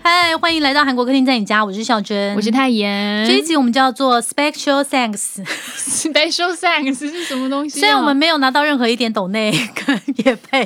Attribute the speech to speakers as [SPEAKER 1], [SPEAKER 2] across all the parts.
[SPEAKER 1] 嗨，欢迎来到韩国客厅在你家，我是孝珍，
[SPEAKER 2] 我是泰妍。
[SPEAKER 1] 这一集我们叫做 Special Thanks，
[SPEAKER 2] special thanks 是什么东西啊？
[SPEAKER 1] 虽然我们没有拿到任何一点抖内 跟也配，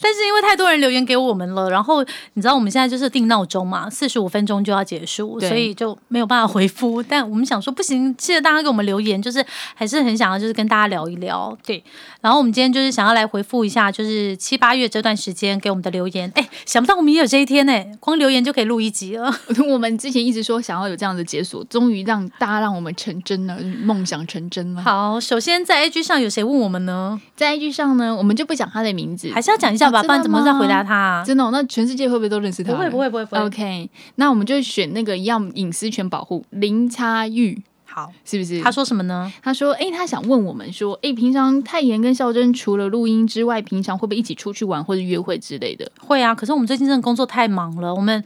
[SPEAKER 1] 但是因为太多人留言给我们了，然后你知道我们现在就是定闹钟嘛，四十五分钟就要结束，
[SPEAKER 2] 对
[SPEAKER 1] 所以就没有办法回复。但我们想说不行，谢谢大家给我们留言，就是还是很想要就是跟大家聊一聊。对，然后我们今天就是想要来回复一下，就是七八月这段时间给我们的留言。哎，想不到我们也有这一天呢、光留言就可以录一集了。
[SPEAKER 2] 我们之前一直说想要有这样的解锁，终于让大家让我们成真了，梦想成真了。
[SPEAKER 1] 好，首先在 IG 上有谁问我们呢？
[SPEAKER 2] 在 IG 上呢，我们就不讲他的名字，
[SPEAKER 1] 还是要讲一下吧，
[SPEAKER 2] 哦
[SPEAKER 1] 不然怎么再回答他、啊？
[SPEAKER 2] 真的、哦？那全世界会不会都认识他？
[SPEAKER 1] 不会不。会不会不会。
[SPEAKER 2] OK，那我们就选那个要隐私权保护零差异，
[SPEAKER 1] 好，
[SPEAKER 2] 是不是？
[SPEAKER 1] 他说什么呢？
[SPEAKER 2] 他说：“诶，他想问我们说，诶，平常泰妍跟孝珍除了录音之外，平常会不会一起出去玩或者约会之类的？
[SPEAKER 1] 会啊，可是我们最近真的工作太忙了。我 们，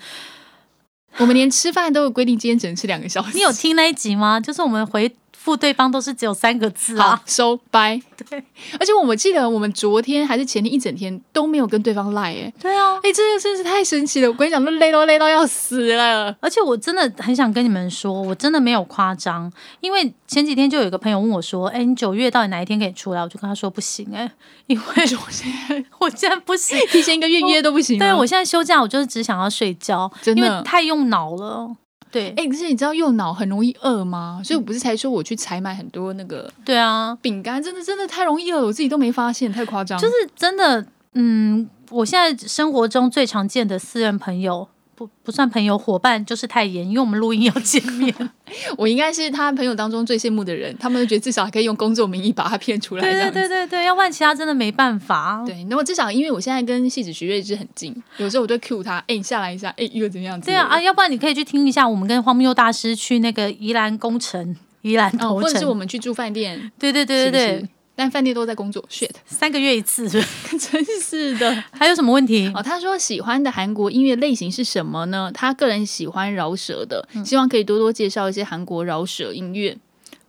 [SPEAKER 2] 我们连吃饭都有规定，今天只能吃两个小时。
[SPEAKER 1] 你有听那一集吗？就是我们回复对方都是只有三个字
[SPEAKER 2] 好
[SPEAKER 1] 啊。
[SPEAKER 2] 收拜？
[SPEAKER 1] 对，
[SPEAKER 2] 而且我记得我们昨天还是前天一整天都没有跟对方赖、诶，
[SPEAKER 1] 对啊，
[SPEAKER 2] 诶，这个真是太神奇了！我跟你讲，都累都累到要死了。
[SPEAKER 1] 而且我真的很想跟你们说，我真的没有夸张，因为前几天就有一个朋友问我说：“哎、你九月到底哪一天可以出来？”我就跟他说：“不行、哎，因为 我现在不行。”啊
[SPEAKER 2] 提前一个月约都不行吗啊
[SPEAKER 1] 对，我现在休假，我就是只想要睡觉，
[SPEAKER 2] 真
[SPEAKER 1] 因
[SPEAKER 2] 的哎
[SPEAKER 1] 为太用脑了。对，
[SPEAKER 2] 诶，可是你知道右脑很容易饿吗？所以我不是才说我去采买很多那个
[SPEAKER 1] 对啊，
[SPEAKER 2] 饼干，真的真的太容易饿了，我自己都没发现，太夸张。
[SPEAKER 1] 就是真的，嗯，我现在生活中最常见的私人朋友，不不算朋友伙伴，就是泰妍，因为我们录音要见面。
[SPEAKER 2] 我应该是他朋友当中最羡慕的人，他们都觉得至少还可以用工作名义把他骗出来。
[SPEAKER 1] 对
[SPEAKER 2] 这样
[SPEAKER 1] 对
[SPEAKER 2] 子
[SPEAKER 1] 对对对，要不然其他真的没办法。啊
[SPEAKER 2] 对那我至少因为我现在跟戏子徐瑞芝很近，有时候我都 Q 他，哎、你下来一下，哎、又怎么样？
[SPEAKER 1] 对啊啊，，要不然你可以去听一下我们跟荒谬大师去那个宜兰工程、宜兰
[SPEAKER 2] 哦，
[SPEAKER 1] 头
[SPEAKER 2] 或者是我
[SPEAKER 1] 城，
[SPEAKER 2] 们去住饭店，
[SPEAKER 1] 对对对对对，
[SPEAKER 2] 是不是但饭店都在工作，shit，
[SPEAKER 1] 三个月一次是不 是
[SPEAKER 2] 真是的。
[SPEAKER 1] 还有什么问题？
[SPEAKER 2] 哦，他说喜欢的韩国音乐类型是什么呢？他个人喜欢饶舌的，希望可以多多介绍一些韩国饶舌音乐。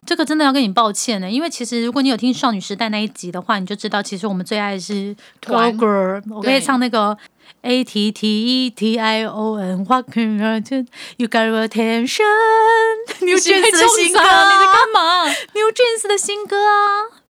[SPEAKER 1] 这个真的要跟你抱歉呢，因为其实如果你有听少女时代那一集的话，你就知道其实我们最爱的是 g i r
[SPEAKER 2] 团
[SPEAKER 1] l Girl，我可以唱那个 A T T E T I O N What can I do? You got your attention。New
[SPEAKER 2] 你
[SPEAKER 1] Jeans
[SPEAKER 2] 会
[SPEAKER 1] 的新歌
[SPEAKER 2] 中啥？你在
[SPEAKER 1] 啊
[SPEAKER 2] 干嘛？
[SPEAKER 1] ，New Jeans 的新歌啊，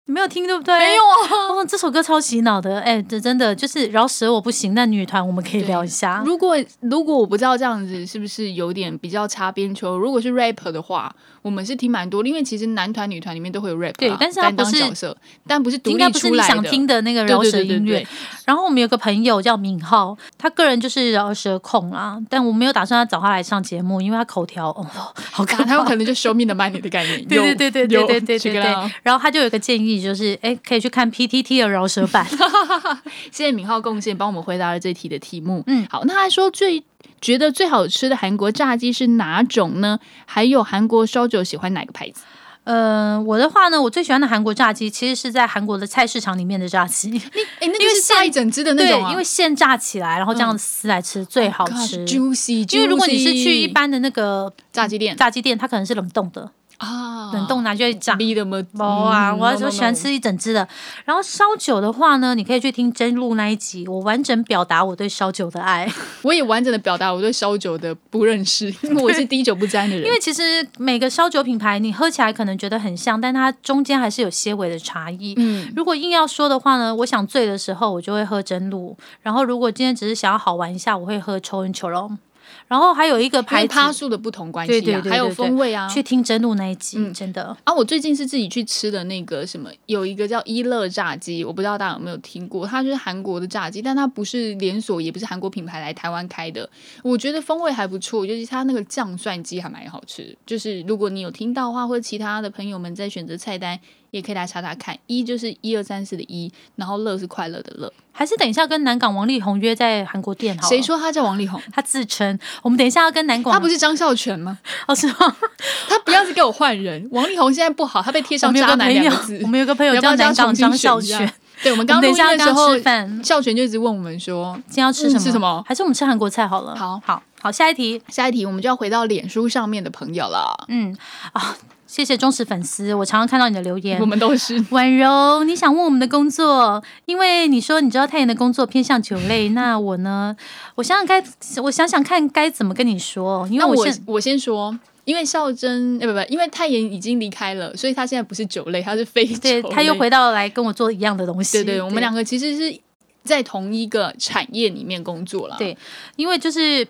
[SPEAKER 1] 你没有听对不对？
[SPEAKER 2] 没有。啊。
[SPEAKER 1] 哦，这首歌超洗脑的，哎，这真的就是饶舌我不行，但女团我们可以聊一下。
[SPEAKER 2] 如果如果我不知道这样子是不是有点比较擦边球，如果是 rapper 的话，我们是听蛮多的，因为其实男团、女团里面都会有 rap，、啊、
[SPEAKER 1] 对但是它
[SPEAKER 2] 担
[SPEAKER 1] 不
[SPEAKER 2] 当
[SPEAKER 1] 是
[SPEAKER 2] 角色，但不是独
[SPEAKER 1] 应
[SPEAKER 2] 立
[SPEAKER 1] 该不是
[SPEAKER 2] 出
[SPEAKER 1] 你
[SPEAKER 2] 来的。
[SPEAKER 1] 想听的那个
[SPEAKER 2] 对
[SPEAKER 1] 饶
[SPEAKER 2] 对
[SPEAKER 1] 舌
[SPEAKER 2] 对对
[SPEAKER 1] 音乐
[SPEAKER 2] 对，，
[SPEAKER 1] 然后我们有个朋友叫敏浩，他个人就是饶舌控啦，但我没有打算要找他来上节目，因为他口条哦，好可
[SPEAKER 2] 打啊他
[SPEAKER 1] 怕
[SPEAKER 2] 们。可能就 show me the money 的概 念。
[SPEAKER 1] 对对对对对对对对对
[SPEAKER 2] 对。。
[SPEAKER 1] 然后他就有一个建议，就是哎，可以去看 PTT 的饶舌版。
[SPEAKER 2] 谢谢敏浩贡献，帮我们回答了这题的题目。
[SPEAKER 1] 嗯
[SPEAKER 2] 嗯，好，那他说最觉得最好吃的韩国炸鸡是哪种呢？还有韩国烧酒喜欢哪个牌子？
[SPEAKER 1] 呃，我的话呢，我最喜欢的韩国炸鸡其实是在韩国的菜市场里面的炸鸡，
[SPEAKER 2] 哎、那
[SPEAKER 1] 因为
[SPEAKER 2] 个是
[SPEAKER 1] 现
[SPEAKER 2] 炸一整只的那
[SPEAKER 1] 对
[SPEAKER 2] 种，啊，
[SPEAKER 1] 因为现炸起来，然后这样子撕来吃最好
[SPEAKER 2] Gosh,
[SPEAKER 1] 吃。
[SPEAKER 2] juicy, juicy。
[SPEAKER 1] 因为如果你是去一般的那个
[SPEAKER 2] 炸鸡店
[SPEAKER 1] 炸鸡店，它可能是冷冻的，
[SPEAKER 2] 啊
[SPEAKER 1] 冷冻拿去炸。
[SPEAKER 2] 逼的么？
[SPEAKER 1] 包啊，
[SPEAKER 2] 嗯
[SPEAKER 1] 我
[SPEAKER 2] no,
[SPEAKER 1] 就
[SPEAKER 2] no,
[SPEAKER 1] 喜欢
[SPEAKER 2] no
[SPEAKER 1] 吃一整只的。然后烧酒的话呢，你可以去听真露那一集，我完整表达我对烧酒的爱。
[SPEAKER 2] 我也完整的表达我对烧酒的不认识，因为我是滴酒不沾的人。
[SPEAKER 1] 因为其实每个烧酒品牌，你喝起来可能觉得很像，但它中间还是有些微的差异。
[SPEAKER 2] 嗯，
[SPEAKER 1] 如果硬要说的话呢，我想醉的时候我就会喝真露，然后如果今天只是想要好玩一下，我会喝抽恩球龙。然后还有一个牌
[SPEAKER 2] 排
[SPEAKER 1] 子，
[SPEAKER 2] 趴数的不同关系、啊，
[SPEAKER 1] 对对对对
[SPEAKER 2] 还有风味啊。
[SPEAKER 1] 去听真露那一集，
[SPEAKER 2] 嗯
[SPEAKER 1] 真的
[SPEAKER 2] 啊，我最近是自己去吃的那个什么，有一个叫一乐炸鸡，我不知道大家有没有听过，它就是韩国的炸鸡，但它不是连锁，也不是韩国品牌来台湾开的。我觉得风味还不错，尤其它那个酱蒜鸡还蛮好吃。就是如果你有听到的话，或者其他的朋友们在选择菜单，也可以来查查看。一就是一二三四的一，然后乐是快乐的乐。
[SPEAKER 1] 还是等一下跟南港王力宏约在韩国店好了？
[SPEAKER 2] 谁说他叫王力宏？
[SPEAKER 1] 他自称？我们等一下要跟南港，
[SPEAKER 2] 他不是张孝全吗？
[SPEAKER 1] 哦是吗？
[SPEAKER 2] 他不要是给我换 人。王力宏现在不好，他被贴
[SPEAKER 1] 我
[SPEAKER 2] 上
[SPEAKER 1] 们有
[SPEAKER 2] 渣
[SPEAKER 1] 个
[SPEAKER 2] 男
[SPEAKER 1] 朋
[SPEAKER 2] 两
[SPEAKER 1] 友
[SPEAKER 2] 个字，
[SPEAKER 1] 我。们有个朋友
[SPEAKER 2] 要不
[SPEAKER 1] 叫
[SPEAKER 2] 要
[SPEAKER 1] 南
[SPEAKER 2] 加
[SPEAKER 1] 港
[SPEAKER 2] 重
[SPEAKER 1] 张
[SPEAKER 2] 新
[SPEAKER 1] 孝
[SPEAKER 2] 选
[SPEAKER 1] 全
[SPEAKER 2] 一下，对，我们刚
[SPEAKER 1] 我们等
[SPEAKER 2] 刚
[SPEAKER 1] 一
[SPEAKER 2] 录音
[SPEAKER 1] 下
[SPEAKER 2] 的时
[SPEAKER 1] 要
[SPEAKER 2] 候
[SPEAKER 1] 吃饭，
[SPEAKER 2] 孝全就一直问我们说，
[SPEAKER 1] 今天要吃
[SPEAKER 2] 嗯
[SPEAKER 1] 什么？
[SPEAKER 2] 吃什么
[SPEAKER 1] 还是我们吃韩国菜好了？
[SPEAKER 2] 好
[SPEAKER 1] 好好，下一题。
[SPEAKER 2] 下一题我们就要回到脸书上面的朋友了。
[SPEAKER 1] 嗯啊，谢谢忠实粉丝，我常常看到你的留言
[SPEAKER 2] 我。们都 是
[SPEAKER 1] 婉柔，你想问我们的工作，因为你说你知道太妍的工作偏向酒类，那我呢？我想想该，我想想看该怎么跟你说，因为
[SPEAKER 2] 那我
[SPEAKER 1] 现
[SPEAKER 2] 我先说，因为孝珍，呃，不不，因为泰妍已经离开了，所以她现在不是酒类，她是非酒
[SPEAKER 1] 对
[SPEAKER 2] 类。
[SPEAKER 1] 他又回到来跟我做一样的东西。
[SPEAKER 2] 对对，我们两个其实是在同一个产业里面工作啦。
[SPEAKER 1] 对因为就是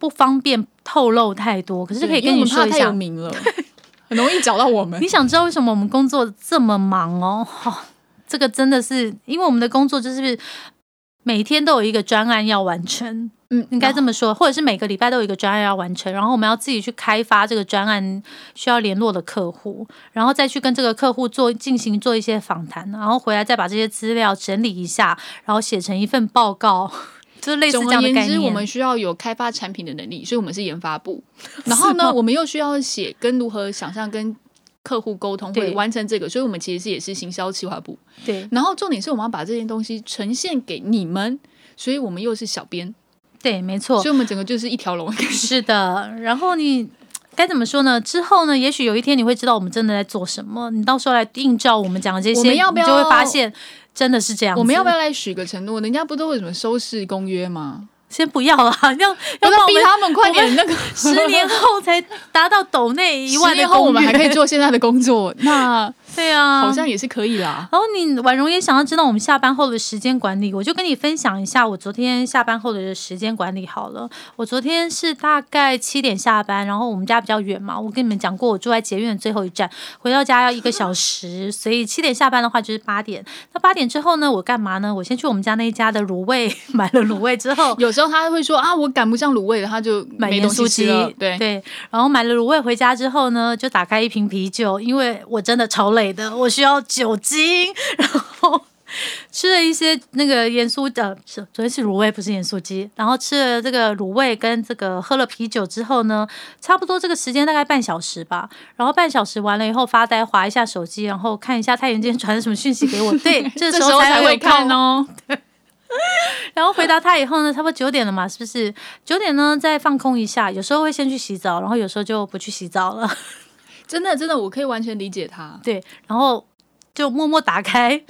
[SPEAKER 1] 不方便透露太多，可
[SPEAKER 2] 对，
[SPEAKER 1] 是可以跟
[SPEAKER 2] 因
[SPEAKER 1] 你
[SPEAKER 2] 为我们怕
[SPEAKER 1] 说一
[SPEAKER 2] 太有
[SPEAKER 1] 下。
[SPEAKER 2] 名了，很容易找到我们
[SPEAKER 1] 你。想知道为什么我们工作这么忙哦？ 哦这个真的是因为我们的工作就是每天都有一个专案要完成，
[SPEAKER 2] 嗯，
[SPEAKER 1] 应该这
[SPEAKER 2] 么。
[SPEAKER 1] 么说，或者是每个礼拜都有一个专案要完成，然后我们要自己去开发这个专案需要联络的客户，然后再去跟这个客户做进行做一些访谈，然后回来再把这些资料整理一下，然后写成一份报告， 就是类似
[SPEAKER 2] 总
[SPEAKER 1] 这
[SPEAKER 2] 而
[SPEAKER 1] 样的概
[SPEAKER 2] 言之，我们
[SPEAKER 1] 念。
[SPEAKER 2] 需要有开发产品的能力，所以我们是研 发部。然后呢，我们又需要写跟如何想象跟客户沟通，
[SPEAKER 1] 对
[SPEAKER 2] 会完成这个，所以我们其实是也是行销企划部。
[SPEAKER 1] 对
[SPEAKER 2] 然后重点是我们要把这件东西呈现给你们，所以我们又是小编，
[SPEAKER 1] 对，没错
[SPEAKER 2] 所以，我们整个就是一条龙。
[SPEAKER 1] 是的。然后你。该怎么说呢？之后呢？也许有一天你会知道我们真的在做什么。你到时候来映照我们讲的这些，
[SPEAKER 2] 我们要不要
[SPEAKER 1] 你就会发现真的是这样子。
[SPEAKER 2] 我们要不要来许个承诺？人家不都有什么收视公约吗？
[SPEAKER 1] 先不要啦？要要
[SPEAKER 2] 要
[SPEAKER 1] 不然我
[SPEAKER 2] 逼
[SPEAKER 1] 们
[SPEAKER 2] 他们快点那个
[SPEAKER 1] 十年后才达到斗内一万
[SPEAKER 2] 十
[SPEAKER 1] 的
[SPEAKER 2] 年后我
[SPEAKER 1] 公
[SPEAKER 2] 们
[SPEAKER 1] 约
[SPEAKER 2] 还可以做现在的 工作，那
[SPEAKER 1] 对啊，
[SPEAKER 2] 好像也是可以啦。
[SPEAKER 1] 然后你婉容也想要知道我们下班后的时间管理，我就跟你分享一下我昨天下班后的时间管理好了。我昨天是大概七点下班，然后我们家比较远嘛，我跟你们讲过，我住在捷运的最后一站，回到家要一个小时，所以七点下班的话就是八点。那八点之后呢，我干嘛呢？我先去我们家那一家的卤味 买了卤味之后，
[SPEAKER 2] 有时候他会说啊，我赶不上卤味了，他就
[SPEAKER 1] 买
[SPEAKER 2] 没
[SPEAKER 1] 盐
[SPEAKER 2] 东西
[SPEAKER 1] 酥
[SPEAKER 2] 吃
[SPEAKER 1] 鸡
[SPEAKER 2] 了。，对，
[SPEAKER 1] 然后买了卤味回家之后呢，就打开一瓶啤酒，因为我真的超累的，我需要酒精，然后吃了一些那个盐酥的，是昨天是卤味，不是盐酥鸡，然后吃了这个卤味跟这个喝了啤酒之后呢，差不多这个时间大概半小时吧，然后半小时完了以后发呆，划一下手机，然后看一下太原今天传了什么讯息给我， 对，这
[SPEAKER 2] 这
[SPEAKER 1] 时
[SPEAKER 2] 时
[SPEAKER 1] 候
[SPEAKER 2] 候才
[SPEAKER 1] 会
[SPEAKER 2] 会
[SPEAKER 1] 有空
[SPEAKER 2] 看哦。
[SPEAKER 1] 然后回答他以后呢，差不多九点了嘛，是不是？九点呢再放空一下，有时候会先去洗澡，然后有时候就不去洗澡了。
[SPEAKER 2] 真的，真的，我可以完全理解 他。
[SPEAKER 1] 对，然后就默默打开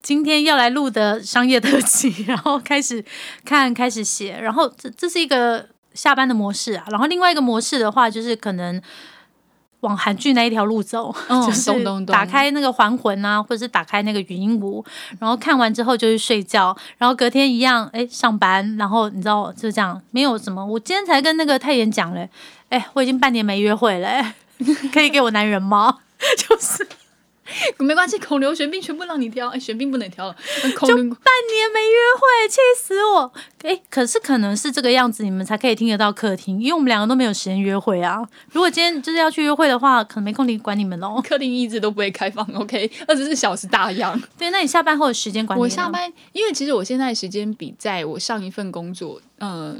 [SPEAKER 1] 今天要来录的商业特辑， 然后开始看，开始写，然后这这是一个下班的模式啊。然后另外一个模式的话，就是可能往韩剧那一条路走，
[SPEAKER 2] 嗯，
[SPEAKER 1] 就是
[SPEAKER 2] 懂懂懂。
[SPEAKER 1] 打开那个还魂啊，或者是打开那个语音屋，然后看完之后就去睡觉，然后隔天一样，哎，上班，然后你知道就这样，没有什么。我今天才跟那个泰妍讲嘞，哎，我已经半年没约会了，哎 可以给我男人吗？就是
[SPEAKER 2] 没关系，孔刘玄彬全部让你挑，哎，玄彬不能挑了， 孔刘
[SPEAKER 1] 半年没约会，气死我！哎，可是可能是这个样子，你们才可以听得到客厅，因为我们两个都没有时间约会啊。如果今天就是要去约会的话，可能没空理管你们哦喽。
[SPEAKER 2] 客厅一直都不会开放，OK，二十四小时大样。
[SPEAKER 1] 对，那你下班后的时间管理呢？ 哦
[SPEAKER 2] 我下班，因为其实我现在时间比在我上一份工作，呃，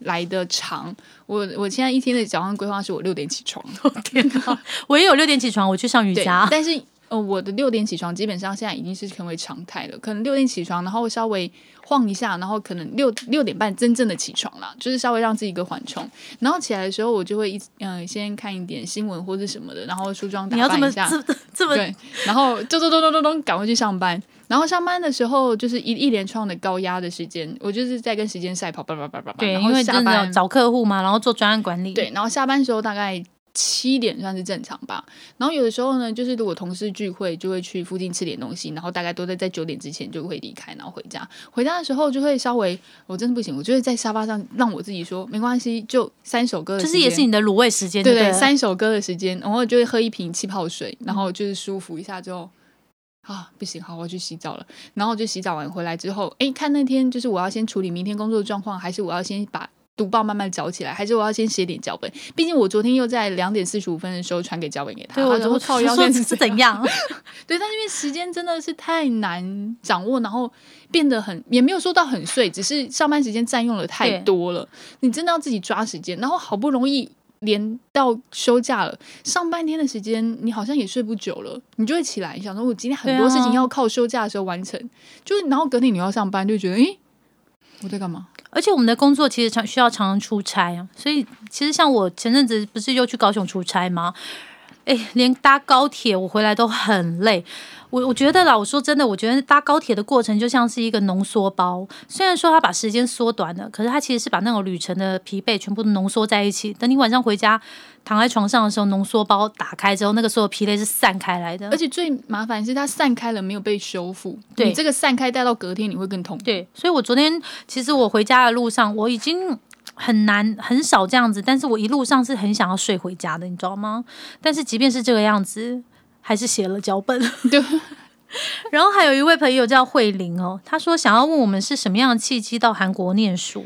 [SPEAKER 2] 来的长。我我现在一天的早上规划是我六点起床，
[SPEAKER 1] 天哪， 我也有六点起床，我去上瑜
[SPEAKER 2] 对
[SPEAKER 1] 伽，。
[SPEAKER 2] 但是呃，我的六点起床基本上现在已经是成为常态了。可能六点起床，然后稍微晃一下，然后可能六六点半真正的起床啦，就是稍微让自己一个缓冲。然后起来的时候，我就会一嗯、先看一点新闻或是什么的，然后梳妆打
[SPEAKER 1] 你要这
[SPEAKER 2] 扮
[SPEAKER 1] 么
[SPEAKER 2] 一下。
[SPEAKER 1] 这么这么
[SPEAKER 2] 对，然后咚咚咚咚咚咚，赶快去上班。然后上班的时候就是一一连串的高压的时间，我就是在跟时间赛跑，叭叭叭叭叭。
[SPEAKER 1] 对，
[SPEAKER 2] 然
[SPEAKER 1] 因
[SPEAKER 2] 后
[SPEAKER 1] 为
[SPEAKER 2] 下
[SPEAKER 1] 真的要
[SPEAKER 2] 班
[SPEAKER 1] 找客户嘛，然后做专案管理。
[SPEAKER 2] 对，然后下班时候大概七点算是正常吧。然后有的时候呢，就是如果同事聚会，就会去附近吃点东西，然后大概都在在九点之前就会离开，然后回家。回家的时候就会稍微，我真的不行，我就会在沙发上让我自己说没关系，就三首歌的
[SPEAKER 1] 就
[SPEAKER 2] 时
[SPEAKER 1] 是
[SPEAKER 2] 间，
[SPEAKER 1] 也是你的卤味时间，
[SPEAKER 2] 对
[SPEAKER 1] 对
[SPEAKER 2] 对，
[SPEAKER 1] 了，
[SPEAKER 2] 三首歌的时间，然后就会喝一瓶气泡水，然后就是舒服一下之后。啊，不行，好，我要去洗澡了。然后就洗澡完回来之后，诶，看那天就是我要先处理明天工作的状况，还是我要先把读报慢慢找起来，还是我要先写点脚本？毕竟我昨天又在两点四十五分的时候传给脚本给他，
[SPEAKER 1] 对我
[SPEAKER 2] 他说
[SPEAKER 1] 我
[SPEAKER 2] 靠，
[SPEAKER 1] 我
[SPEAKER 2] 要
[SPEAKER 1] 说
[SPEAKER 2] 练
[SPEAKER 1] 是
[SPEAKER 2] 是
[SPEAKER 1] 怎样？
[SPEAKER 2] 对，但是因为时间真的是太难掌握，然后变得很也没有说到很碎，只是上班时间占用了太
[SPEAKER 1] 对
[SPEAKER 2] 多了，你真的要自己抓时间，然后好不容易。连到休假了，上半天的时间你好像也睡不久了，你就会起来想说，我今天很
[SPEAKER 1] 对
[SPEAKER 2] 多事情
[SPEAKER 1] 啊
[SPEAKER 2] 要靠休假的时候完
[SPEAKER 1] 嗯
[SPEAKER 2] 成，就是然后隔天你又要上班，就觉得诶、我在干嘛？
[SPEAKER 1] 而且我们的工作其实常需要常常出差啊，所以其实像我前阵子不是又去高雄出差吗？哎，连搭高铁我回来都很累。我我觉得啦，我说真的，我觉得搭高铁的过程就像是一个浓缩包，虽然说它把时间缩短了，可是它其实是把那种旅程的疲惫全部浓缩在一起。等你晚上回家躺在床上的时候，浓缩包打开之后，那个所有疲累是散开来的
[SPEAKER 2] 而。且最麻烦是它散开了没有被修复，
[SPEAKER 1] 对
[SPEAKER 2] 你这个散开带到隔天你会更痛。
[SPEAKER 1] 对，所以我昨天其实我回家的路上，我已经很难很少这样子，但是我一路上是很想要睡回家的，你知道吗？但是即便是这个样子，还是写了脚本。
[SPEAKER 2] 对，
[SPEAKER 1] 然后还有一位朋友叫慧玲哦，她说想要问我们是什么样的契机到韩国念书。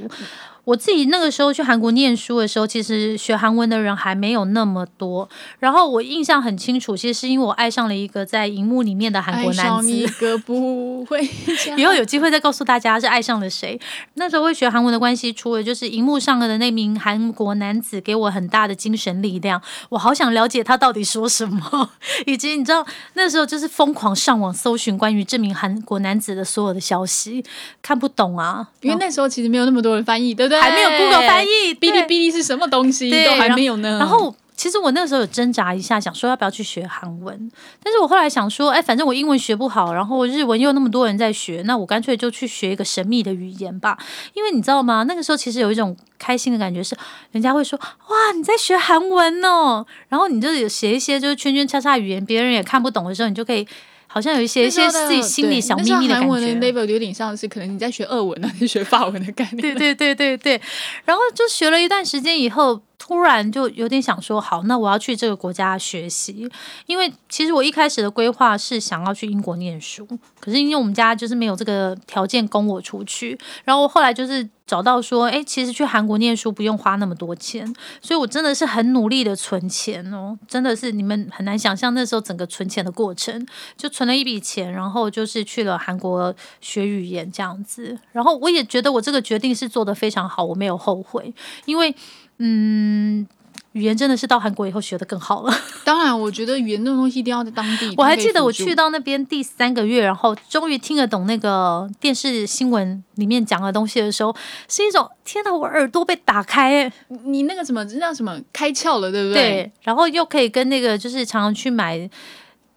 [SPEAKER 1] 我自己那个时候去韩国念书的时候，其实学韩文的人还没有那么多。然后我印象很清楚，其实是因为我爱上了一个在荧幕里面的韩国
[SPEAKER 2] 爱
[SPEAKER 1] 男
[SPEAKER 2] 上
[SPEAKER 1] 子。
[SPEAKER 2] 一个不会 家
[SPEAKER 1] 以后有机会再告诉大家是爱上了谁。那时候会学韩文的关系，除了就是荧幕上的那名韩国男子给我很大的精神力量，我好想了解他到底说什么， 以及你知道那时候就是疯狂上网搜寻关于这名韩国男子的所有的消息，看不懂啊，
[SPEAKER 2] 因为那时候其实没有那么多人翻译，对不对？
[SPEAKER 1] 还没有 Google 翻译，，
[SPEAKER 2] 哔哩
[SPEAKER 1] 对
[SPEAKER 2] 哔哩是什么东西
[SPEAKER 1] 对
[SPEAKER 2] 都还没有呢。
[SPEAKER 1] 然后其实我那个时候有挣扎一下，想说要不要去学韩文，但是我后来想说，哎，反正我英文学不好，然后日文又有那么多人在学，那我干脆就去学一个神秘的语言吧。因为你知道吗？那个时候其实有一种开心的感觉是，人家会说哇你在学韩文哦，然后你就有写一些就是圈圈叉叉语言，别人也看不懂的时候，你就可以好像有一些一
[SPEAKER 2] 那时
[SPEAKER 1] 些
[SPEAKER 2] 候的
[SPEAKER 1] 自己心里
[SPEAKER 2] 对
[SPEAKER 1] 小
[SPEAKER 2] 那
[SPEAKER 1] 秘
[SPEAKER 2] 时候
[SPEAKER 1] 密的感
[SPEAKER 2] 韩文
[SPEAKER 1] 觉。
[SPEAKER 2] level 有点像是可能你在学俄文啊，你学法文的概念。
[SPEAKER 1] 对对对对对，然后就学了一段时间以后，突然就有点想说，好，那我要去这个国家学习，因为其实我一开始的规划是想要去英国念书，可是因为我们家就是没有这个条件供我出去，然后我后来就是找到说，哎，其实去韩国念书不用花那么多钱，所以我真的是很努力的存钱哦，真的是你们很难想象那时候整个存钱的过程，就存了一笔钱，然后就是去了韩国学语言这样子。然后我也觉得我这个决定是做得非常好，我没有后悔，因为嗯，语言真的是到韩国以后学得更好了。
[SPEAKER 2] 当然，我觉得语言这种东西一定要在当地。
[SPEAKER 1] 我还
[SPEAKER 2] 它可以
[SPEAKER 1] 记得我
[SPEAKER 2] 辅助
[SPEAKER 1] 去到那边第三个月，然后终于听得懂那个电视新闻里面讲的东西的时候，是一种天哪，我耳朵被打开耶、
[SPEAKER 2] 你那个什么，那叫什么开窍了，对不对？
[SPEAKER 1] 对，然后又可以跟那个就是常常去买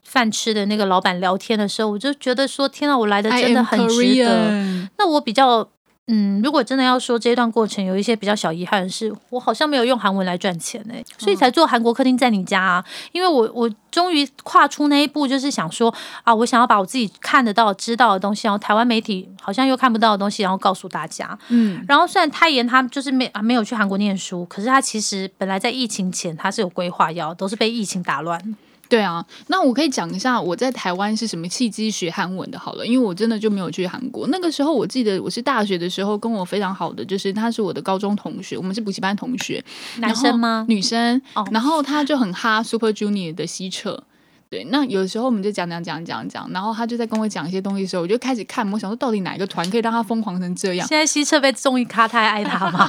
[SPEAKER 1] 饭吃的那个老板聊天的时候，我就觉得说，天啊，我来的
[SPEAKER 2] I
[SPEAKER 1] 真的
[SPEAKER 2] am
[SPEAKER 1] 很值得。
[SPEAKER 2] 哎 Korean
[SPEAKER 1] 那我比较，嗯，如果真的要说这段过程有一些比较小遗憾的是，我好像没有用韩文来赚钱哎、所以
[SPEAKER 2] 嗯
[SPEAKER 1] 才做韩国客厅在你家啊。因为我我终于跨出那一步，就是想说啊，我想要把我自己看得到、知道的东西，然后台湾媒体好像又看不到的东西，然后告诉大家。
[SPEAKER 2] 嗯，
[SPEAKER 1] 然后虽然泰妍她就是没啊没有去韩国念书，可是她其实本来在疫情前她是有规划要，都是被疫情打乱。
[SPEAKER 2] 对啊，那我可以讲一下我在台湾是什么契机学韩文的，好了，因为我真的就没有去韩国。那个时候我记得我是大学的时候，跟我非常好的就是他是我的高中同学，我们是补习班同学，
[SPEAKER 1] 男生吗？
[SPEAKER 2] 女生，
[SPEAKER 1] 哦
[SPEAKER 2] 然后他就很哈 Super Junior 的西澈。对，那有时候我们就讲讲讲讲讲，然后他就在跟我讲一些东西的时候，我就开始看，我想说到底哪一个团可以让他疯狂成这样
[SPEAKER 1] 现在西澈被综艺咖太爱他 嘛？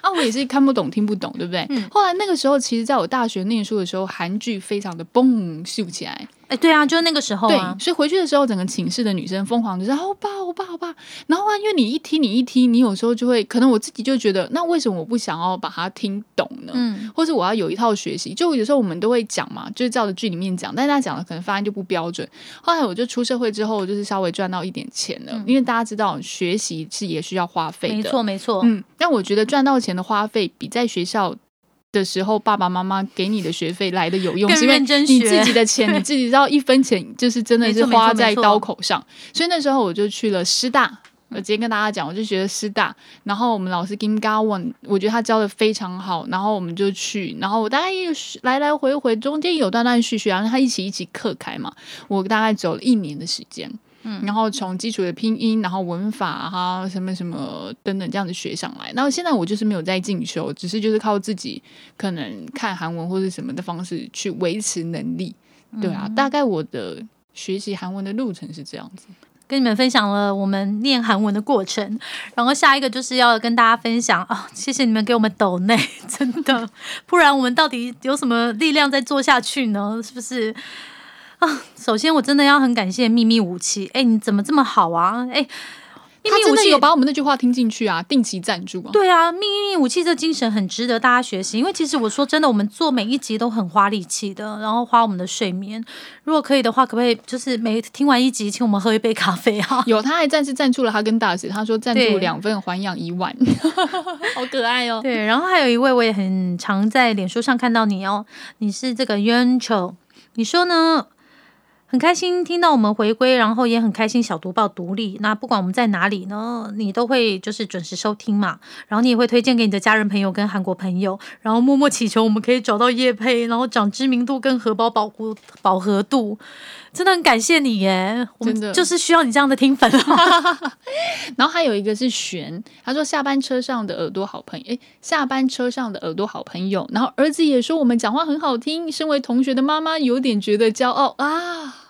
[SPEAKER 2] 啊？我也是看不懂、听不懂，对不对？
[SPEAKER 1] 嗯
[SPEAKER 2] 后来那个时候，其实在我大学念书的时候，韩剧非常的嘣秀起来，
[SPEAKER 1] 哎，对啊，就是那个时候啊
[SPEAKER 2] 对，，所以回去的时候，整个寝室的女生疯狂就是欧巴欧巴欧巴，然后啊，因为你一听你一听，你有时候就会，可能我自己就觉得，那为什么我不想要把它听懂呢？
[SPEAKER 1] 嗯，
[SPEAKER 2] 或者我要有一套学习，就有时候我们都会讲嘛，就是照着剧里面讲，但是大家讲的可能发音就不标准。后来我就出社会之后，就是稍微赚到一点钱了，因为大家知道学习是也需要花费的，
[SPEAKER 1] 嗯没错没错，
[SPEAKER 2] 嗯，但我觉得赚到钱的花费比在学校的时候爸爸妈妈给你的学费来的有用，
[SPEAKER 1] 更
[SPEAKER 2] 是因为
[SPEAKER 1] 认真
[SPEAKER 2] 你
[SPEAKER 1] 学
[SPEAKER 2] 自己的钱， 你自己知道一分钱就是真的
[SPEAKER 1] 没
[SPEAKER 2] 是
[SPEAKER 1] 错没错
[SPEAKER 2] 花
[SPEAKER 1] 没
[SPEAKER 2] 在
[SPEAKER 1] 错
[SPEAKER 2] 刀口上，所以那时候我就去了师大。我直接跟大家讲，我就觉得师大，然后我们老师 Kim Gawan，我觉得他教的非常好，然后我们就去，然后我大概又是来来回回，中间有断断续续，然后他一起一起课开嘛，我大概走了一年的时间，嗯，然后从基础的拼音，然后文法啊，什么什么等等这样子学上来。然后现在我就是没有在进修，只是就是靠自己可能看韩文或者什么的方式去维持能力。对啊，
[SPEAKER 1] 嗯
[SPEAKER 2] 大概我的学习韩文的路程是这样子。
[SPEAKER 1] 跟你们分享了我们念韩文的过程，然后下一个就是要跟大家分享啊、谢谢你们给我们抖内， 真的，不然我们到底有什么力量再做下去呢？是不是？啊，首先我真的要很感谢秘密武器，哎，你怎么这么好啊？哎，秘
[SPEAKER 2] 他
[SPEAKER 1] 密
[SPEAKER 2] 真
[SPEAKER 1] 武
[SPEAKER 2] 的
[SPEAKER 1] 器
[SPEAKER 2] 有把我们那句话听进去啊，定期赞助啊。
[SPEAKER 1] 对啊，秘密武器这精神很值得大家学习，因为其实我说真的，我们做每一集都很花力气的，然后花我们的睡眠。如果可以的话，可不可以就是每听完一集，请我们喝一杯咖啡啊？
[SPEAKER 2] 有，他还暂时赞助了哈根达斯，他说赞助
[SPEAKER 1] 对
[SPEAKER 2] 两份，还养 一万，好可爱哦。
[SPEAKER 1] 对，然后还有一位我也很常在脸书上看到你哦，你是这个 Yuan Cho，你说呢？很开心听到我们回归，然后也很开心小读报独立。那不管我们在哪里呢，你都会就是准时收听嘛，然后你也会推荐给你的家人朋友跟韩国朋友，然后默默祈求我们可以找到叶配，然后涨知名度跟荷包保护饱和度。真的很感谢你耶，我
[SPEAKER 2] 真的
[SPEAKER 1] 们就是需要你这样的听粉啊。
[SPEAKER 2] 然后还有一个是璇，他说下班车上的耳朵好朋友，诶，下班车上的耳朵好朋友。然后儿子也说我们讲话很好听，身为同学的妈妈有点觉得骄傲啊。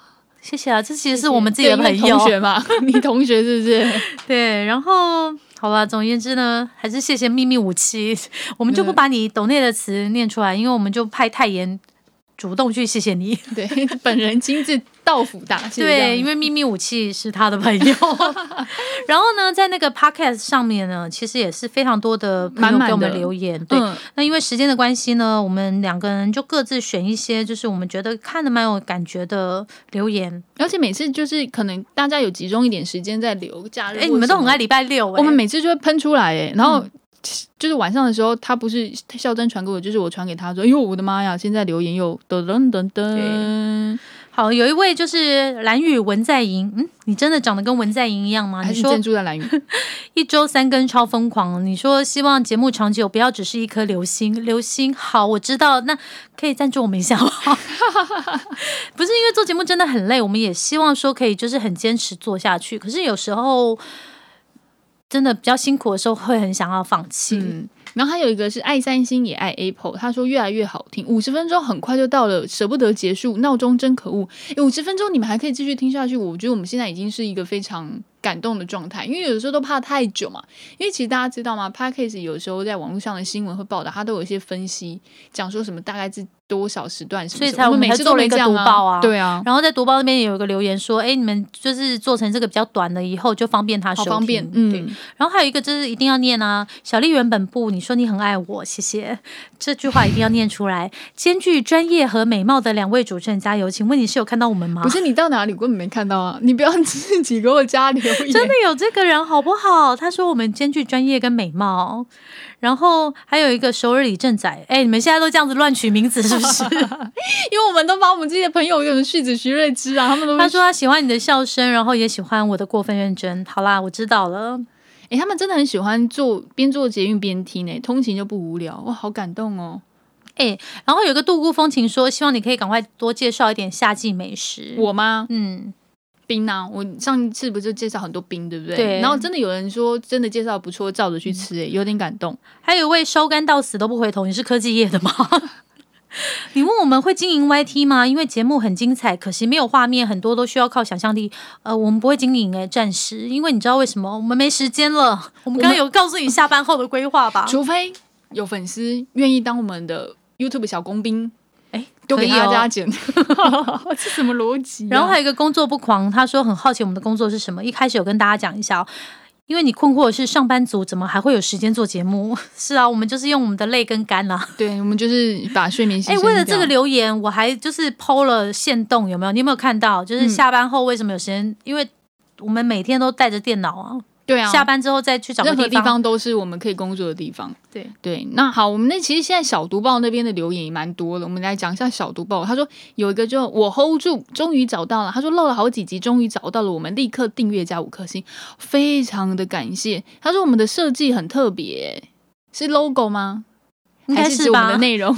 [SPEAKER 1] 谢谢啊，这其实是我们自己的
[SPEAKER 2] 对
[SPEAKER 1] 朋
[SPEAKER 2] 因为
[SPEAKER 1] 友。
[SPEAKER 2] 同学嘛， 你同学是不是？
[SPEAKER 1] 对，然后好吧，总而言之呢，还是谢谢秘密武器， 我们就不把你抖内的词念出来，因为我们就派泰妍主动去谢谢你。
[SPEAKER 2] 对，本人亲自到府答谢。这样
[SPEAKER 1] 对，因为秘密武器是他的朋 友。然后呢，在那个 podcast 上面呢，其实也是非常多的朋
[SPEAKER 2] 满
[SPEAKER 1] 友
[SPEAKER 2] 满
[SPEAKER 1] 给我们
[SPEAKER 2] 的
[SPEAKER 1] 留言。对，
[SPEAKER 2] 嗯，
[SPEAKER 1] 那因为时间的关系呢，我们两个人就各自选一些，就是我们觉得看的蛮有感觉的留言。
[SPEAKER 2] 而且每次就是可能大家有集中一点时间在留假日，
[SPEAKER 1] 哎，你们都很爱礼拜六、哎嗯
[SPEAKER 2] 我们每次就会喷出来哎、然后。就是晚上的时候，他不是孝珍传给我，就是我传给他说：“哎呦，我的妈呀！现在留言又噔噔噔噔，
[SPEAKER 1] 好，有一位就是蓝宇文在寅，嗯，你真的长得跟文在寅一样吗？
[SPEAKER 2] 还
[SPEAKER 1] 你
[SPEAKER 2] 是珍
[SPEAKER 1] 说
[SPEAKER 2] 珠在蓝雨。
[SPEAKER 1] 一周三更超疯狂，你说希望节目长久，不要只是一颗流星。流星好，我知道，那可以赞助我们一 下吗？不是因为做节目真的很累，我们也希望说可以就是很坚持做下去，可是有时候真的比较辛苦的时候，会很想要放弃。
[SPEAKER 2] 嗯，然后还有一个是爱三星也爱 Apple，他说越来越好听，五十分钟很快就到了，舍不得结束，闹钟真可恶。五十分钟你们还可以继续听下去，我觉得我们现在已经是一个非常感动的状态，因为有的时候都怕太久嘛。因为其实大家知道吗 p a c k a g e 有时候在网络上的新闻会报道，它都有一些分析，讲说什么大概是多少时段什么
[SPEAKER 1] 所以
[SPEAKER 2] 什么
[SPEAKER 1] 才
[SPEAKER 2] 我
[SPEAKER 1] 我
[SPEAKER 2] 们
[SPEAKER 1] 们
[SPEAKER 2] 每
[SPEAKER 1] 才
[SPEAKER 2] 次
[SPEAKER 1] 做
[SPEAKER 2] 都
[SPEAKER 1] 了
[SPEAKER 2] 没
[SPEAKER 1] 一个
[SPEAKER 2] 这样
[SPEAKER 1] 读报啊
[SPEAKER 2] 对啊，
[SPEAKER 1] 然后在读报那边有一个留言说：“哎，你们就是做成这个比较短的，以后就方便他收
[SPEAKER 2] 好
[SPEAKER 1] 听。”
[SPEAKER 2] 方便，
[SPEAKER 1] 对
[SPEAKER 2] 嗯，
[SPEAKER 1] 然后还有一个就是一定要念啊，小丽原本部，你说你很爱我，谢谢，这句话一定要念出来。兼具专业和美貌的两位主持人加油！请问你是有看到我们吗
[SPEAKER 2] 不？是你到哪里我根本没看到啊，你不要自己给我加留言，
[SPEAKER 1] 真的有这个人好不好？他说我们兼具专业跟美貌，然后还有一个首尔李正宰，哎，你们现在都这样子乱取名字是不是？
[SPEAKER 2] 因为我们都把我们自己的朋友用成旭子、徐瑞芝啊，他们都
[SPEAKER 1] 他说他喜欢你的笑声，然后也喜欢我的过分认真。好啦，我知道了。
[SPEAKER 2] 哎、他们真的很喜欢做边做捷运边听呢、通勤就不无聊哇，好感动哦！
[SPEAKER 1] 哎然后有一个杜姑风情说，希望你可以赶快多介绍一点夏季美食。
[SPEAKER 2] 我吗？
[SPEAKER 1] 嗯，
[SPEAKER 2] 冰啊，我上一次不是介绍很多冰，对不对？
[SPEAKER 1] 对
[SPEAKER 2] 然后真的有人说，真的介绍不错，照着去吃、欸，有点感动。
[SPEAKER 1] 还有一位烧干到死都不回头，你是科技业的吗？ 你问我们会经营 YT 吗？因为节目很精彩，可惜没有画面，很多都需要靠想象力。呃，我们不会经营诶、暂时，因为你知道为什么？我们没时间了。我们刚刚有告诉你下班后的规划 吧？
[SPEAKER 2] 除非有粉丝愿意当我们的 YouTube 小工兵，
[SPEAKER 1] 哎，
[SPEAKER 2] 丢给
[SPEAKER 1] 可以
[SPEAKER 2] 他
[SPEAKER 1] 哦
[SPEAKER 2] 加减， 这什么逻辑啊、
[SPEAKER 1] 然后还有一个工作不狂，他说很好奇我们的工作是什么。一开始有跟大家讲一下哦，因为你困惑的是上班族怎么还会有时间做节目？ 是啊，我们就是用我们的泪跟肝啦、啊
[SPEAKER 2] 对，我们就是把睡眠牺
[SPEAKER 1] 哎、
[SPEAKER 2] 牲
[SPEAKER 1] 为了这
[SPEAKER 2] 掉
[SPEAKER 1] 个留言，我还就是剖了线动，有没有？你有没有看到？就是下班后为什么有时间？因为我们每天都带着电脑啊，
[SPEAKER 2] 对啊，
[SPEAKER 1] 下班之后再去找个
[SPEAKER 2] 任何
[SPEAKER 1] 地
[SPEAKER 2] 地
[SPEAKER 1] 方。
[SPEAKER 2] 方都是我们可以工作的地方。
[SPEAKER 1] 对
[SPEAKER 2] 对，那好，我们那其实现在小读报那边的留言也蛮多的，我们来讲一下小读报。他说有一个就我 hold 住，终于找到了。他说漏了好几集，终于找到了，我们立刻订阅加五颗星，非常的感谢。他说我们的设计很特别，是 logo 吗？
[SPEAKER 1] 应
[SPEAKER 2] 还
[SPEAKER 1] 该
[SPEAKER 2] 是
[SPEAKER 1] 是
[SPEAKER 2] 指我们
[SPEAKER 1] 吧
[SPEAKER 2] 的内容。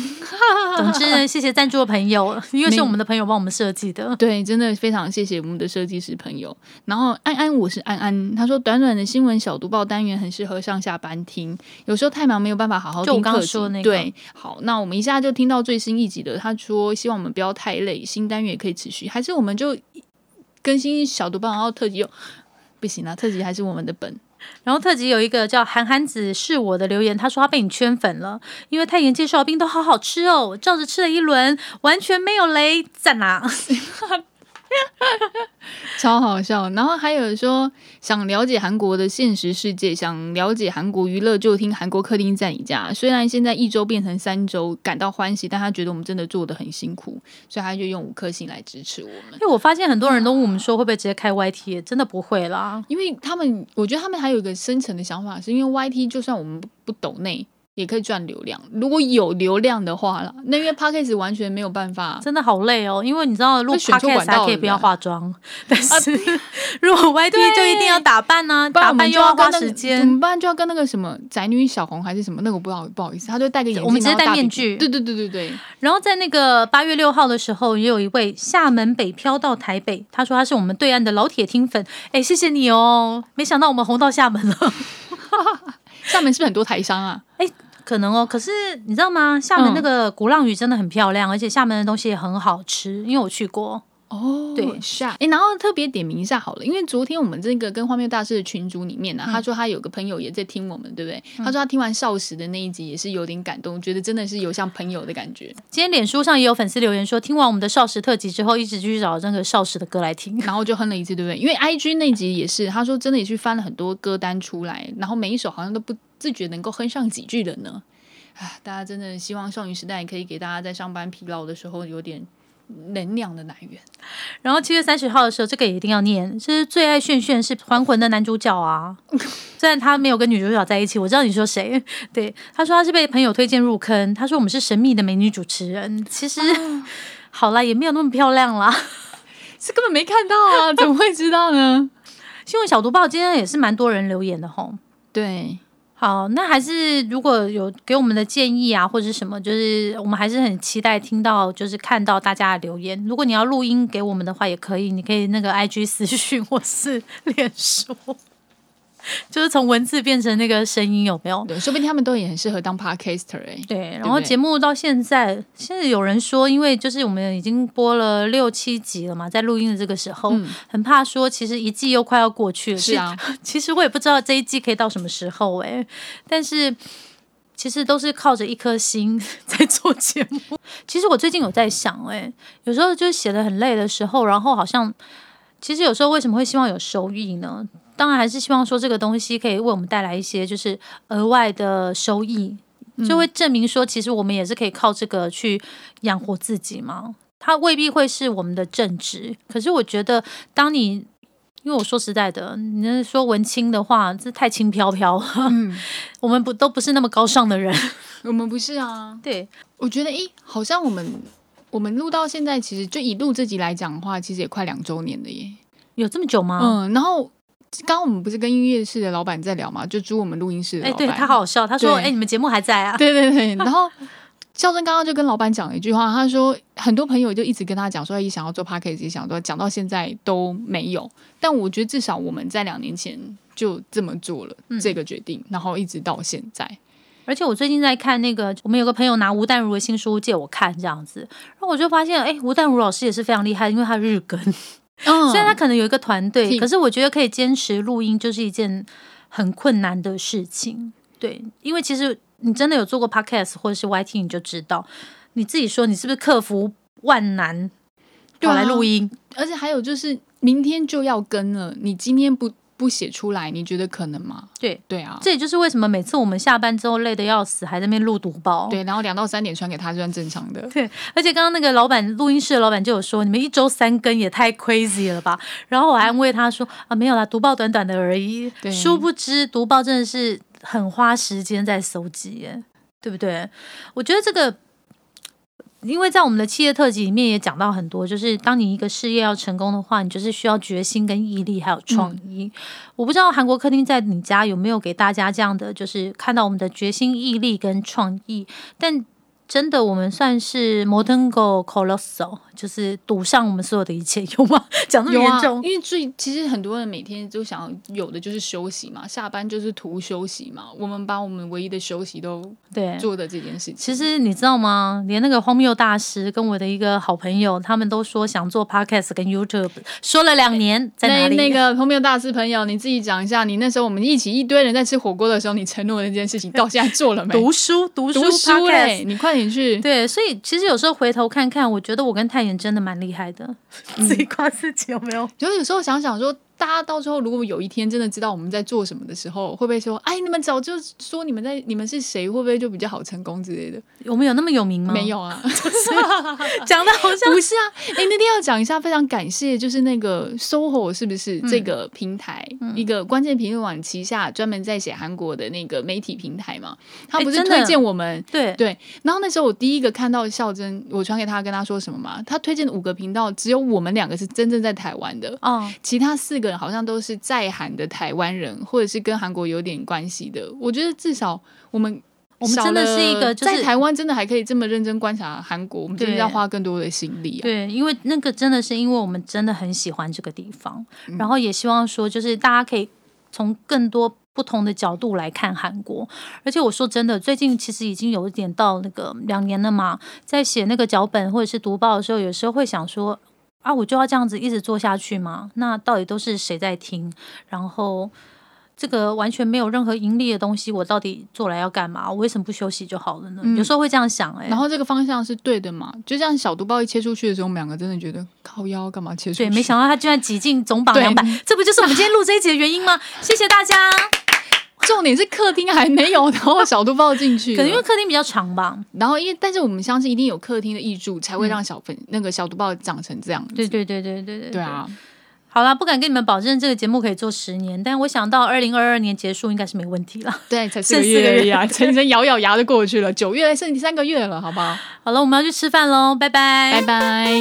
[SPEAKER 1] 总之呢，谢谢赞助的朋 友，因为是
[SPEAKER 2] 没
[SPEAKER 1] 我们的朋友帮我们设计的。
[SPEAKER 2] 对，真的非常谢谢我们的设计师朋友。然后安安，我是安安，他说短短的新闻小读报单元很适合上下班听，有时候太忙没有办法好好
[SPEAKER 1] 就我
[SPEAKER 2] 听
[SPEAKER 1] 刚
[SPEAKER 2] 课
[SPEAKER 1] 刚
[SPEAKER 2] 集。
[SPEAKER 1] 说的那个
[SPEAKER 2] 对，好，那我们一下就听到最新一集的，他说希望我们不要太累，新单元也可以持续，还是我们就更新小读报，然后特辑又不行了，特辑还是我们的本。
[SPEAKER 1] 然后特辑有一个叫韩寒子是我的留言，他说他被你圈粉了，因为太妍介绍的冰都好好吃哦，我照着吃了一轮，完全没有雷，赞啦！
[SPEAKER 2] 超好笑。然后还有说，想了解韩国的现实世界，想了解韩国娱乐，就听韩国客厅在你家。虽然现在一周变成三周，感到欢喜，但他觉得我们真的做的很辛苦，所以他就用五颗星来支持我们。
[SPEAKER 1] 因为我发现很多人都问我们说会不会直接开 YT，真的不会啦。
[SPEAKER 2] 因为他们，我觉得他们还有一个深层的想法，是因为 YT 就算我们不不抖内。也可以赚流量，如果有流量的话啦，那因为 Podcast 完全没有办法，
[SPEAKER 1] 真的好累哦，因为你知道录
[SPEAKER 2] 那选出
[SPEAKER 1] podcast
[SPEAKER 2] 管道啊
[SPEAKER 1] 还可以
[SPEAKER 2] 了
[SPEAKER 1] 不要
[SPEAKER 2] 啦
[SPEAKER 1] 化妆， 但是、如果 YT 就一定要打扮呢、
[SPEAKER 2] 啊不然
[SPEAKER 1] 打
[SPEAKER 2] 我们
[SPEAKER 1] 扮
[SPEAKER 2] 就
[SPEAKER 1] 又要
[SPEAKER 2] 跟
[SPEAKER 1] 花
[SPEAKER 2] 那
[SPEAKER 1] 时
[SPEAKER 2] 个
[SPEAKER 1] 间
[SPEAKER 2] 我。们不然就要跟那个什么宅女小红还是什么那个，我不好不好意思，她就戴个眼镜，
[SPEAKER 1] 我们直接
[SPEAKER 2] 然后
[SPEAKER 1] 戴
[SPEAKER 2] 大
[SPEAKER 1] 面
[SPEAKER 2] 鼻子
[SPEAKER 1] 具
[SPEAKER 2] 对对对对对，
[SPEAKER 1] 然后在那个八月六号的时候，也有一位厦门北漂到台北，他说他是我们对岸的老铁听粉，哎，谢谢你哦，没想到我们红到厦门了，
[SPEAKER 2] 厦门是不是很多台商啊？
[SPEAKER 1] 可能哦。可是你知道吗？厦门那
[SPEAKER 2] 嗯
[SPEAKER 1] 个鼓浪屿真的很漂亮，而且厦门的东西也很好吃，因为我去过。
[SPEAKER 2] 哦
[SPEAKER 1] 对啊
[SPEAKER 2] 厦哎，诶然后特别点名一下好了，因为昨天我们这个跟画面大师的群组里
[SPEAKER 1] 嗯
[SPEAKER 2] 面呢、啊他说他有个朋友也在听我们，对不对？他说他听完少时的那一集也是有点感动，觉得真的是有像朋友的感觉，
[SPEAKER 1] 今天脸书上也有粉丝留言说，听完我们的少时特辑之后，一直去找那个少时的歌来听。
[SPEAKER 2] 然后就哼了一次，对不对？因为 I G 那集也是，他说真的也去翻了很多歌单出来，然后每一首好像都不自觉能够哼上几句的呢。啊，大家真的希望少女时代可以给大家在上班疲劳的时候有点能量的来源。
[SPEAKER 1] 然后七月三十号的时候，这个也一定要念，就是最爱炫炫是《还魂》的男主角啊。虽然他没有跟女主角在一起，我知道你说谁。对，他说他是被朋友推荐入坑，他说我们是神秘的美女主持人。其实、 好啦，也没有那么漂亮啦。
[SPEAKER 2] 是根本没看到啊，怎么会知道呢？
[SPEAKER 1] 新闻小读报今天也是蛮多人留言的吼。
[SPEAKER 2] 对，
[SPEAKER 1] 好，那还是如果有给我们的建议啊，或者是什么，就是我们还是很期待听到，就是看到大家的留言。如果你要录音给我们的话，也可以，你可以那个 IG 私讯或是 脸书，就是从文字变成那个声音，有没有？
[SPEAKER 2] 对，说不定他们都也很适合当 podcaster 哎、
[SPEAKER 1] 对，然
[SPEAKER 2] 不
[SPEAKER 1] 后
[SPEAKER 2] 对
[SPEAKER 1] 节目到现在，现在有人说，因为就是我们已经播了六七集了嘛，在录音的这个时候，
[SPEAKER 2] 嗯
[SPEAKER 1] 很怕说其实一季又快要过去了。
[SPEAKER 2] 是啊，
[SPEAKER 1] 其实我也不知道这一季可以到什么时候哎、但是其实都是靠着一颗心在做节目。其实我最近有在想哎、有时候就是写的很累的时候，然后好像其实有时候为什么会希望有收益呢？当然还是希望说这个东西可以为我们带来一些就是额外的收益，就会证明说其实我们也是可以靠这个去养活自己嘛。它未必会是我们的正职，可是我觉得当你因为我说实在的，你那说文青的话，这太轻飘飘了。
[SPEAKER 2] 嗯
[SPEAKER 1] 我们不都不是那么高尚 的人。
[SPEAKER 2] 我们不是啊，
[SPEAKER 1] 对，
[SPEAKER 2] 我觉得诶、好像我们我们录到现在，其实就一路这集来讲的话，其实也快两周年了耶。
[SPEAKER 1] 有这么久吗？
[SPEAKER 2] 嗯，然后刚刚我们不是跟音乐室的老板在聊嘛，就租我们录音室的
[SPEAKER 1] 哎、
[SPEAKER 2] 老板，
[SPEAKER 1] 对他好好笑，他说：“
[SPEAKER 2] 嗯对
[SPEAKER 1] 哎、你们节目还在啊
[SPEAKER 2] 对对对，然后。孝正刚刚就跟老板讲了一句话，他说很多朋友就一直跟他讲说，也想要做 p a c k a g e 也想做，讲到现在都没有。但我觉得至少我们在两年前就这么做了、
[SPEAKER 1] 嗯
[SPEAKER 2] 这个决定，然后一直到现在。？”
[SPEAKER 1] 而且我最近在看那个，我们有个朋友拿吴淡如的新书借我看，这样子，然后我就发现，哎、吴淡如老师也是非常厉害，因为他日更，
[SPEAKER 2] 嗯
[SPEAKER 1] 虽然他可能有一个团队，
[SPEAKER 2] 是
[SPEAKER 1] 可是我觉得可以坚持录音就是一件很困难的事情。对，因为其实你真的有做过 podcast 或者是 YT，你就知道，你自己说你是不是克服万难
[SPEAKER 2] 对
[SPEAKER 1] 跑
[SPEAKER 2] 啊
[SPEAKER 1] 来录音？
[SPEAKER 2] 而且还有就是明天就要跟了，你今天不不写出来，你觉得可能吗？
[SPEAKER 1] 对，
[SPEAKER 2] 对啊，
[SPEAKER 1] 这也就是为什么每次我们下班之后累得要死，还在那边录读报。
[SPEAKER 2] 对，然后两到三点传给他算正常的。
[SPEAKER 1] 对，而且刚刚那个老板，录音室的老板就有说，你们一周三更也太 crazy 了吧？然后我还安慰他说啊，没有啦，读报短短的而已。
[SPEAKER 2] 对
[SPEAKER 1] 殊不知读报真的是很花时间在搜集耶，对不对？我觉得这个因为在我们的企业特辑里面也讲到很多，就是当你一个事业要成功的话，你就是需要决心、跟毅力，还有创意。我不知道韩国客厅在你家有没有给大家这样的，就是看到我们的决心、毅力跟创意，但。真的，我们算是摩登狗 colossal，就是赌上我们所有的一切，有吗？ 讲那么
[SPEAKER 2] 有
[SPEAKER 1] 嗯严
[SPEAKER 2] 啊
[SPEAKER 1] 重，，
[SPEAKER 2] 因为最其实很多人每天都想要有的就是休息嘛，下班就是图休息嘛。我们把我们唯一的休息都
[SPEAKER 1] 对，
[SPEAKER 2] 做的这件事情，
[SPEAKER 1] 嗯其实你知道吗？连那个荒谬大师跟我的一个好朋友，他们都说想做 podcast 跟 YouTube，说了两年在哪
[SPEAKER 2] 那
[SPEAKER 1] 里？
[SPEAKER 2] 那个朋友大师朋友，你自己讲一下，你那时候我们一起一堆人在吃火锅的时候，你承诺的那件事情，到现在做了没？
[SPEAKER 1] 读书读书
[SPEAKER 2] 读书
[SPEAKER 1] podcast，
[SPEAKER 2] 嘞，你快点去。
[SPEAKER 1] 对，所以其实有时候回头看看，我觉得我跟泰妍真的蛮厉害的， 嗯自己夸自己有没有？
[SPEAKER 2] 就有时候想想说，大家到时候如果有一天真的知道我们在做什么的时候，会不会说，哎，你们早就说你们在你们是谁，会不会就比较好成功之类的？
[SPEAKER 1] 我们有那么有名吗？
[SPEAKER 2] 没，有 啊，
[SPEAKER 1] 讲的好像
[SPEAKER 2] 不是啊，哎、那天要讲一下，非常感谢，就是那个 SOHO 是不是、这个平台、一个关键评论网旗下专门在写韩国的那个媒体平台嘛？他
[SPEAKER 1] 诶
[SPEAKER 2] 不是
[SPEAKER 1] 真的
[SPEAKER 2] 推荐我们。
[SPEAKER 1] 对，
[SPEAKER 2] 对，然后那时候我第一个看到孝珍，我传给他跟他说什么嘛？他推荐的五个频道，只有我们两个是真正在台湾的，
[SPEAKER 1] 哦，
[SPEAKER 2] 其他四个人好像都是在韩的台湾人，或者是跟韩国有点关系的。我觉得至少我们
[SPEAKER 1] 我们
[SPEAKER 2] 少
[SPEAKER 1] 真的是一
[SPEAKER 2] 了
[SPEAKER 1] 个就
[SPEAKER 2] 在
[SPEAKER 1] 是
[SPEAKER 2] 台湾真的还可以这么认真观察韩国，我们真的
[SPEAKER 1] 对
[SPEAKER 2] 要花更多的心力啊。
[SPEAKER 1] 对，因为那个真的是因为我们真的很喜欢这个地方，
[SPEAKER 2] 嗯
[SPEAKER 1] 然后也希望说，就是大家可以从更多不同的角度来看韩国。而且我说真的，最近其实已经有一点到那个两年了嘛，在写那个脚本或者是读报的时候，有时候会想说。啊，我就要这样子一直做下去吗？那到底都是谁在听？然后这个完全没有任何盈利的东西，我到底做来要干嘛？我为什么不休息就好了呢？
[SPEAKER 2] 嗯
[SPEAKER 1] 有时候会这样想、欸，哎，
[SPEAKER 2] 然后这个方向是对的嘛？就像小毒包一切出去的时候，我们两个真的觉得靠腰干嘛切出去？
[SPEAKER 1] 对，没想到他居然挤进总榜
[SPEAKER 2] 对
[SPEAKER 1] 两百，这不就是我们今天录这一集的原因 吗？谢谢大家。
[SPEAKER 2] 重点是客厅还没有，然后小毒包进去了，
[SPEAKER 1] 可能因为客厅比较长吧。
[SPEAKER 2] 然后因为但是我们相信一定有客厅的益助，才会让小粉、那个小毒包长成这样。
[SPEAKER 1] 嗯对对对对对对
[SPEAKER 2] 对。啊，
[SPEAKER 1] 好啦，不敢跟你们保证这个节目可以做十年，但我想到二零二二年结束应该是没问题了。
[SPEAKER 2] 对，才四
[SPEAKER 1] 剩
[SPEAKER 2] 个
[SPEAKER 1] 四个
[SPEAKER 2] 月 而已啊，
[SPEAKER 1] 月
[SPEAKER 2] 陈晨咬咬牙就过去了，九月剩三个月了，好不好？
[SPEAKER 1] 哎好了，我们要去吃饭喽，拜拜，
[SPEAKER 2] 拜拜。